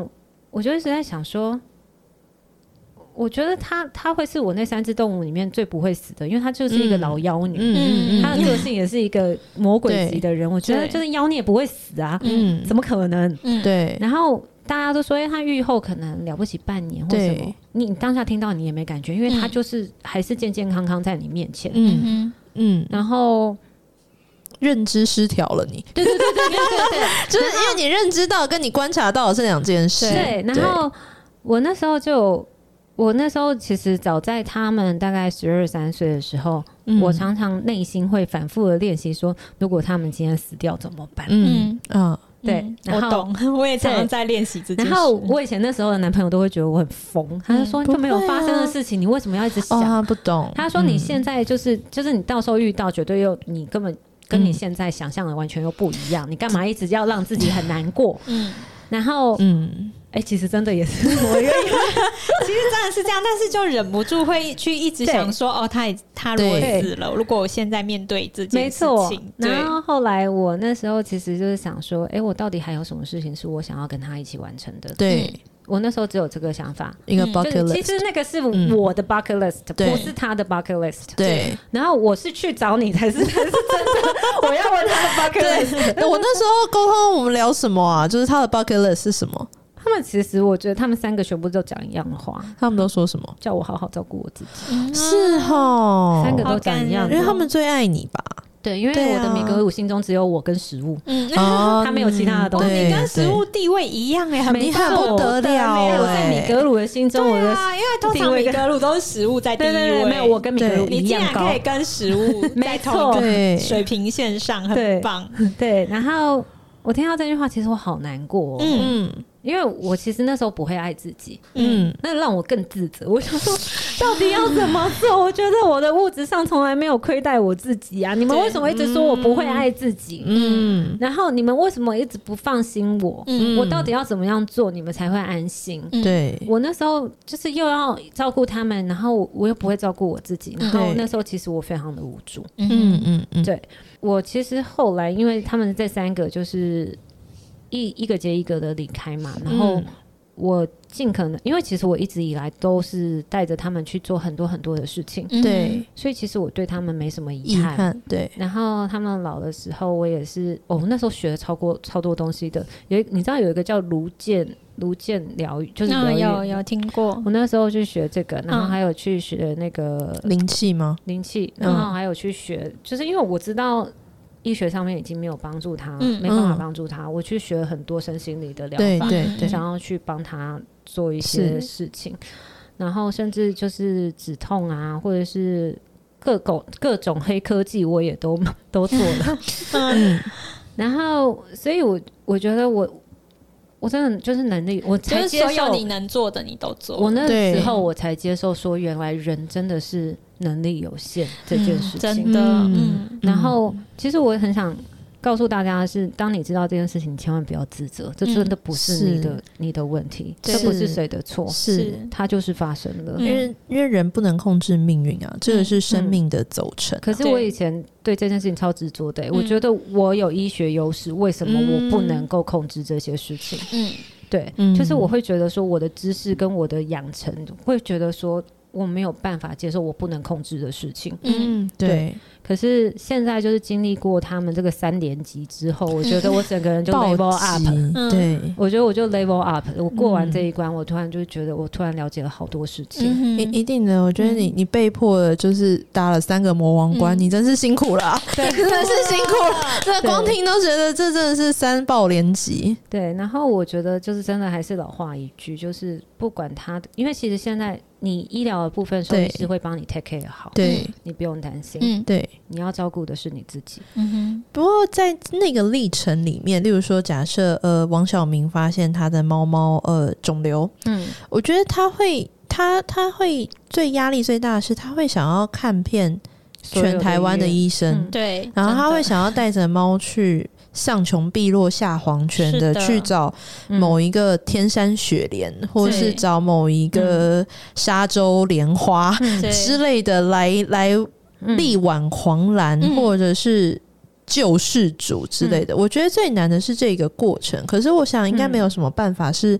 我就一直在想说，我觉得它它会是我那三只动物里面最不会死的，因为它就是一个
嗯
老妖
嗯
女，
嗯
她的
嗯
个性也是一个魔鬼级的人。我觉得
对
就是妖孽不会死啊，
嗯，
怎么可能？
嗯，
对，
然后大家都说，哎，她愈后可能了不起半年或什么
对。
你你当下听到你也没感觉，因为她
嗯
就是还是健健康康在你面前。
嗯
嗯
嗯，
然后，
认知失调了你，
对对对对对对对，
就是因为你认知到跟你观察到的是两件事，
对，然后我那时候就有，我那时候其实早在他们大概十二三岁的时候，
嗯
我常常内心会反复的练习说，如果他们今天死掉怎么办？
嗯啊，
对
嗯
然
我
后
懂， 我也常常
对
在练习这件
然
事。
后我以前那时候的男朋友都会觉得我很疯，他就说
嗯
就没有
不会啊
发生的事情，你为什么要一直
哦，
想？
他不懂，嗯
他说你现在就是就是你到时候遇到绝对又你根本跟你
嗯
现在想象的完全又不一样，你干嘛一直要让自己很难过？
嗯，
然后
嗯，
哎，其实真的也是我 愿意
其实真的是这样，但是就忍不住会去一直
对
想说，哦，他也他如果
对
死了，如果我现在面对这件
没
事
错
情，，对，
然后后来我那时候其实就是想说，哎、我到底还有什么事情是我想要跟他一起完成的？
对，
我那时候只有这个想法，
一个
嗯
嗯就是
bucket
其
list，
实那个是
嗯
我的 bucket list，、
对
不是他的 bucket list。，
对。
然后我是去找你才是，才是真的，我要问他的 bucket list。
对，我那时候沟通我们聊什么啊？就是他的 bucket list 是什么？
他们其实我觉得他们三个全部都讲一样的话，
他们都说什么？
叫我好好照顾我自己。
嗯
是哦，
三个
好
都讲
感
一样
人
的，
因为他们最爱你吧？
对，因
对
为我
啊
的米格鲁心中只有我跟食物。
嗯，
哦
他没有其他的东西
对
你跟食物
对
地位一样哎，很
没
你
棒
很不得了
哎、
哎！
我在米格鲁的心中，我
对
的
啊，因为通
地
常
位
米
跟
格鲁都是食物在第一
对对对，
位，
没有我跟米格鲁
对
一
你竟
样
然
高
可以。跟食 物在
没
同
错
一
对
个水平线上，很
对
棒。
对，然后我听到这句话，其实我好难过、哦，
嗯
嗯
因为我其实那时候不会爱自己，
嗯，
那让我更自责。我想说， 到底要怎么做？我觉得我的物质上从来没有亏待我自己啊！你们
对
为什么一直说我不会爱自己？
嗯
然后你们为什么一直不放心我？
嗯
我到底要怎么样做，你们才会安心？
嗯
对，
我那时候就是又要照顾他们，然后我我又不会照顾我自己，然后
对
那时候其实我非常的无助。
嗯嗯嗯，
对我其实后来，因为他们这三个就是一一个接一个的离开嘛，然后
嗯
我尽可能，因为其实我一直以来都是带着他们去做很多很多的事情，
嗯
对，
所以其实我对他们没什么遗
遗
憾。
憾，对，
然后他们老的时候，我也是，哦、那时候学了超过超多东西的。有一你知道有一个叫卢健卢健疗愈，就是
那
疗
啊有
愈。
有听过，
我那时候去学这个，然后
嗯
还有去学那个
灵气吗？
灵气，
嗯
然后还有去学，就是因为我知道医学上面已经没有帮助他，
嗯
没办法
嗯
帮助他，我去学了很多身心理的疗
对
法，
对对，
想要去帮他做一些
是
事情，然后甚至就是止痛啊，或者是各种各种黑科技，我也都 都做 了。
嗯
然后，所以我我觉得我我真的就是能力，我
就
才
是
接
所有
受
你。能做的你都做。
我那
对
时候我才接受说，原来人真的是能力有限这件事情。
真的，
嗯
嗯，
然后，其实我很想告诉大家的是，当你知道这件事情，你千万不要自责，这真的不是
嗯
你的、你的问题，
对
这不
是
是谁的错，
是。
它就是发生了。
因
嗯
为因为人不能控制命运啊，这个是生命的走程啊。
可是
对嗯
我以前对这件事情超执着的、欸我觉得我有医学优势，为什么我不能够控制这些事情？
嗯
对，
嗯
就是我会觉得说我的知识跟我的养成，会觉得说我没有办法接受我不能控制的事情。
嗯，对，
可是现在就是经历过他们这个三连击之后，我觉得我整 个人就 level up
击
嗯
对。
我觉得我就 level up，我
嗯
过完这一关，我突然就觉得我突然了解了好多事情。
一
嗯
一定的，我觉得你你被迫的就是搭了三个魔王关，
嗯
你真是辛苦了啊，
对
真的是辛苦了。这光听都觉得这真的是三爆连击。
对，然后我觉得就是真的还是老话一句，就是不管他，因为其实现在你医疗的部分，兽医
对
师会帮你 take care 好，
对
你不用担心，
嗯
对，
你要照顾的是你自己。
嗯哼，
不过在那个历程里面，例如说，假设呃，王小明发现他的猫猫呃肿瘤，
嗯，
我觉得他会他他会最压力最大的是，他会想要看遍全台湾的医生，
嗯
对，
然后他会
真
想要带着猫去上穷碧落下黄泉
是
的
的
去找某一个天山雪莲，或是
对
找某一个沙洲莲花
的对
之类的来来
嗯
力挽狂澜，
嗯
或者是救世主之类的。我觉得最难的是这个过程，可是我想应该没有什么办法是，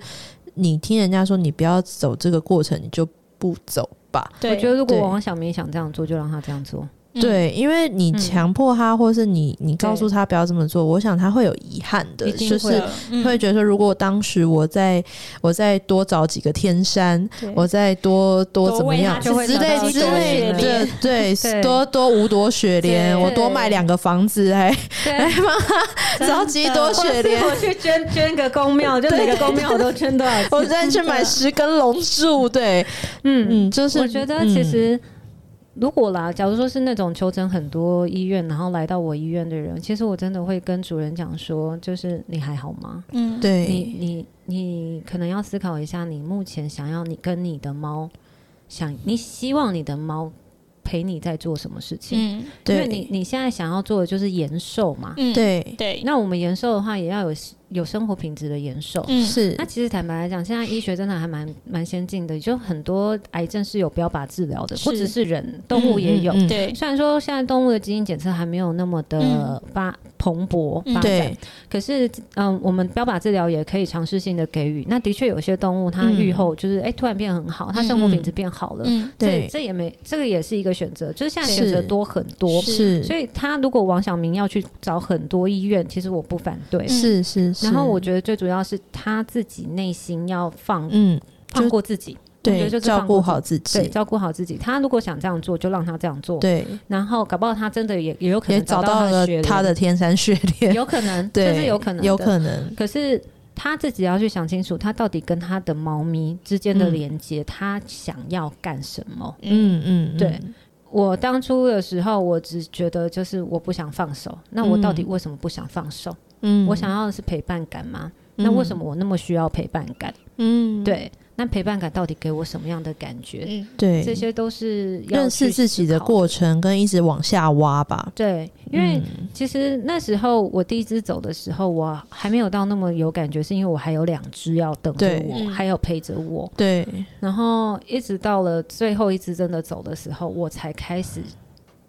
你听人家说你不要走这个过程，你就不走吧。
对，
我觉得如果
对
王小明想这样做，就让他这样做。
嗯
对，因为你强迫他，或是你你告诉他不要这么做，我想他会有遗憾的，
一定
就
会
是
有。
嗯
会觉得说，如果当时我再我再多找几个天山，
对
我再多多
多
怎么
喂它
样
吃
之类
多
之
多
类
雪
的
莲，
对，
对
多多五朵雪莲，
对
我多买两个房子，还
对，
着急多雪 莲
我去捐捐个公庙，就每个公庙我都捐多少钱？
我再去买十根龙柱，对，
嗯
嗯，就是嗯
我觉得其实、如果啦，假如说是那种求诊很多医院，然后来到我医院的人，其实我真的会跟主人讲说，就是你还好吗？
嗯
嗯
你
对
你你可能要思考一下，你目前想要你跟你的猫想，你希望你的猫陪你在做什么事情？
嗯
因为
对
你你现在想要做的就是延寿嘛。
嗯
对
对，
那我们延寿的话，也要有有生活品质的延寿。
嗯
是
那其实坦白来讲，现在医学真的还蛮蛮先进的，就很多癌症是有标靶治疗的，
是
不只是人，动物也有。
嗯嗯嗯
对
虽然说现在动物的基因检测还没有那么的
嗯
发蓬勃
嗯
发展
对，
可是嗯，我们标靶治疗也可以尝试性的给予。那的确有些动物它
嗯
愈后就是哎、诶突然变很好，它生活品质变好了，
嗯
这
对
这也没这个也是一个选择，就是现在选择
是
多很多。
是
所以他如果王小明要去找很多医院，其实我不反对，
是是是，
嗯然后我觉得最主要是他自己内心要放
嗯
放过自己，我觉
对
得就是
照
放过
顾
自己
好自
对，
己，
照顾好自己。他如果想这样做，就让他这样做。
对，
然后搞不好他真的也也有可
也
能
找
到
到了
学
他
的
的天山雪
学历，
莲，
有可能，这
对，
是有可能，
有。可能，
可是他自己要去想清楚，他到底跟他的猫咪之间的
嗯
连接，他想要干什么？
嗯嗯，嗯
对我当初的时候，我只觉得就是我不想放手。那我到底为什么不想放手？
嗯
我想要的是陪伴感吗？
嗯
那为什么我那么需要陪伴感？
嗯
对，那陪伴感到底给我什么样的感觉？
嗯
对
这些都是要
认识
去
自己
思
的
考
过。程跟一直往下挖吧，
对，因为
嗯
其实那时候我第一只走的时候，我还没有到那么有感觉，是因为我还有两只要等着
对
我，
嗯
还有陪着我。
对
然后一直到了最后一只真的走的时候，我才开始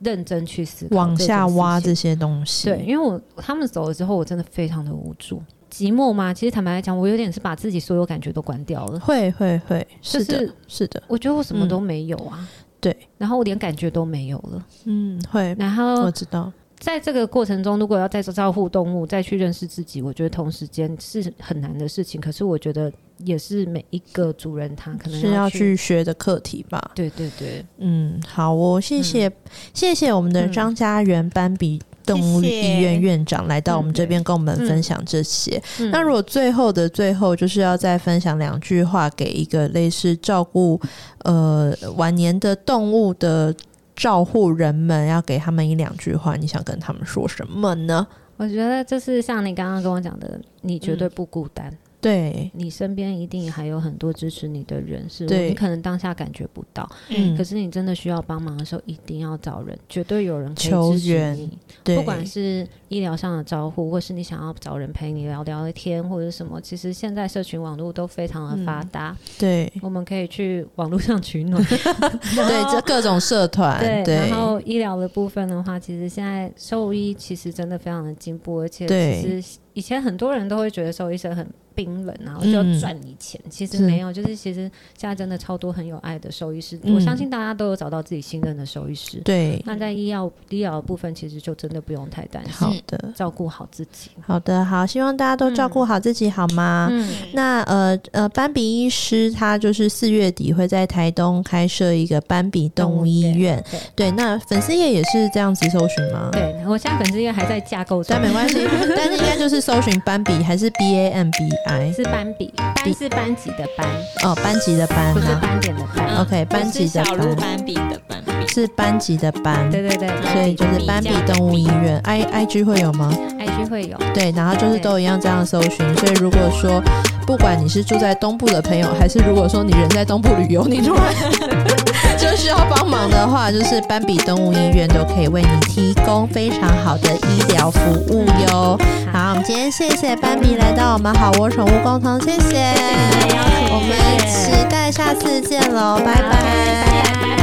认真去思考
往
这件
下挖
事
这
情
些东西，
对，因为我他们走了之后，我真的非常的无助、寂寞吗？其实坦白来讲，我有点是把自己所有感觉都关掉了，
会会会，
就是
的，是的，
我觉得我什么都没有啊，
嗯对，
然后我连感觉都没有了。
嗯，会，
然
我
后
知道，
在这个过程中，如果要再照顾动物，再去认识自己，我觉得同时间是很难的事情。可是我觉得也是每一个主人他可能
是要
去，
去学的课题吧。
对对对，
嗯，好哦，谢谢、
嗯
谢谢我们的张家园斑比动物
谢谢
医院院长来到我们这边跟我们
嗯
分享这些。
嗯
那如果最后的最后，就是要再分享两句话给一个类似照顾呃晚年的动物的照护人们，要给他们一两句话，你想跟他们说什么呢？
我觉得就是像你刚刚跟我讲的，你绝对不孤单。
嗯对，
你身边一定还有很多支持你的人，是
对
你可能当下感觉不到，
嗯
可是你真的需要帮忙的时候，一定要找人，绝对有人可
求
以支持
援
你，
对，
不管是医疗上的招呼，或是你想要找人陪你聊聊天，或者是什么，其实现在社群网络都非常的发达，
对
我们可以去网络上 取暖。
对，这各种社 团，
对，
啊对
然后医疗的部分的话，其实现在兽医其实真的非常的进步，而且
对
其实以前很多人都会觉得兽医生很冰冷，然后
嗯
就赚你钱。其实没有，就是其实现在真的超多很有爱的兽医师，
嗯
我相信大家都有找到自己信任的兽医师。
对，
那在医药医疗的部分，其实就真的不用太担心，
好的，
照顾好自己。
好的，好，希望大家都照顾好自己，好吗？
嗯，
那呃呃，斑比医师他就是四月底会在台东开设一个斑比动物医院，对，那粉丝页也是这样子搜寻吗？
嗯对，我现在粉丝页还在架构中
嗯但，没 关系，但是应该就是搜寻斑比还是 B A M B I
是班比，班是班级的班，
哦，班级的班
不是
啊
斑点的斑。
，OK，班级的
我嗯是小鹿
班
斑比的斑比，
是班级的班。
对对对
所以就是斑比动物医院，I I G 会有吗？
，IG 会有。
对，然后就是都一样这样搜寻。所以如果说不管你是住在东部的朋友，还是如果说你人在东部旅游，你突 然就需要帮忙的话，就是斑比动物医院都可以为你提供非常好的医疗服务哟。好，我们今天谢谢斑比来到我们好窝宠物工堂，谢谢，
谢谢邀请
我们期待下次见喽，拜拜
拜拜。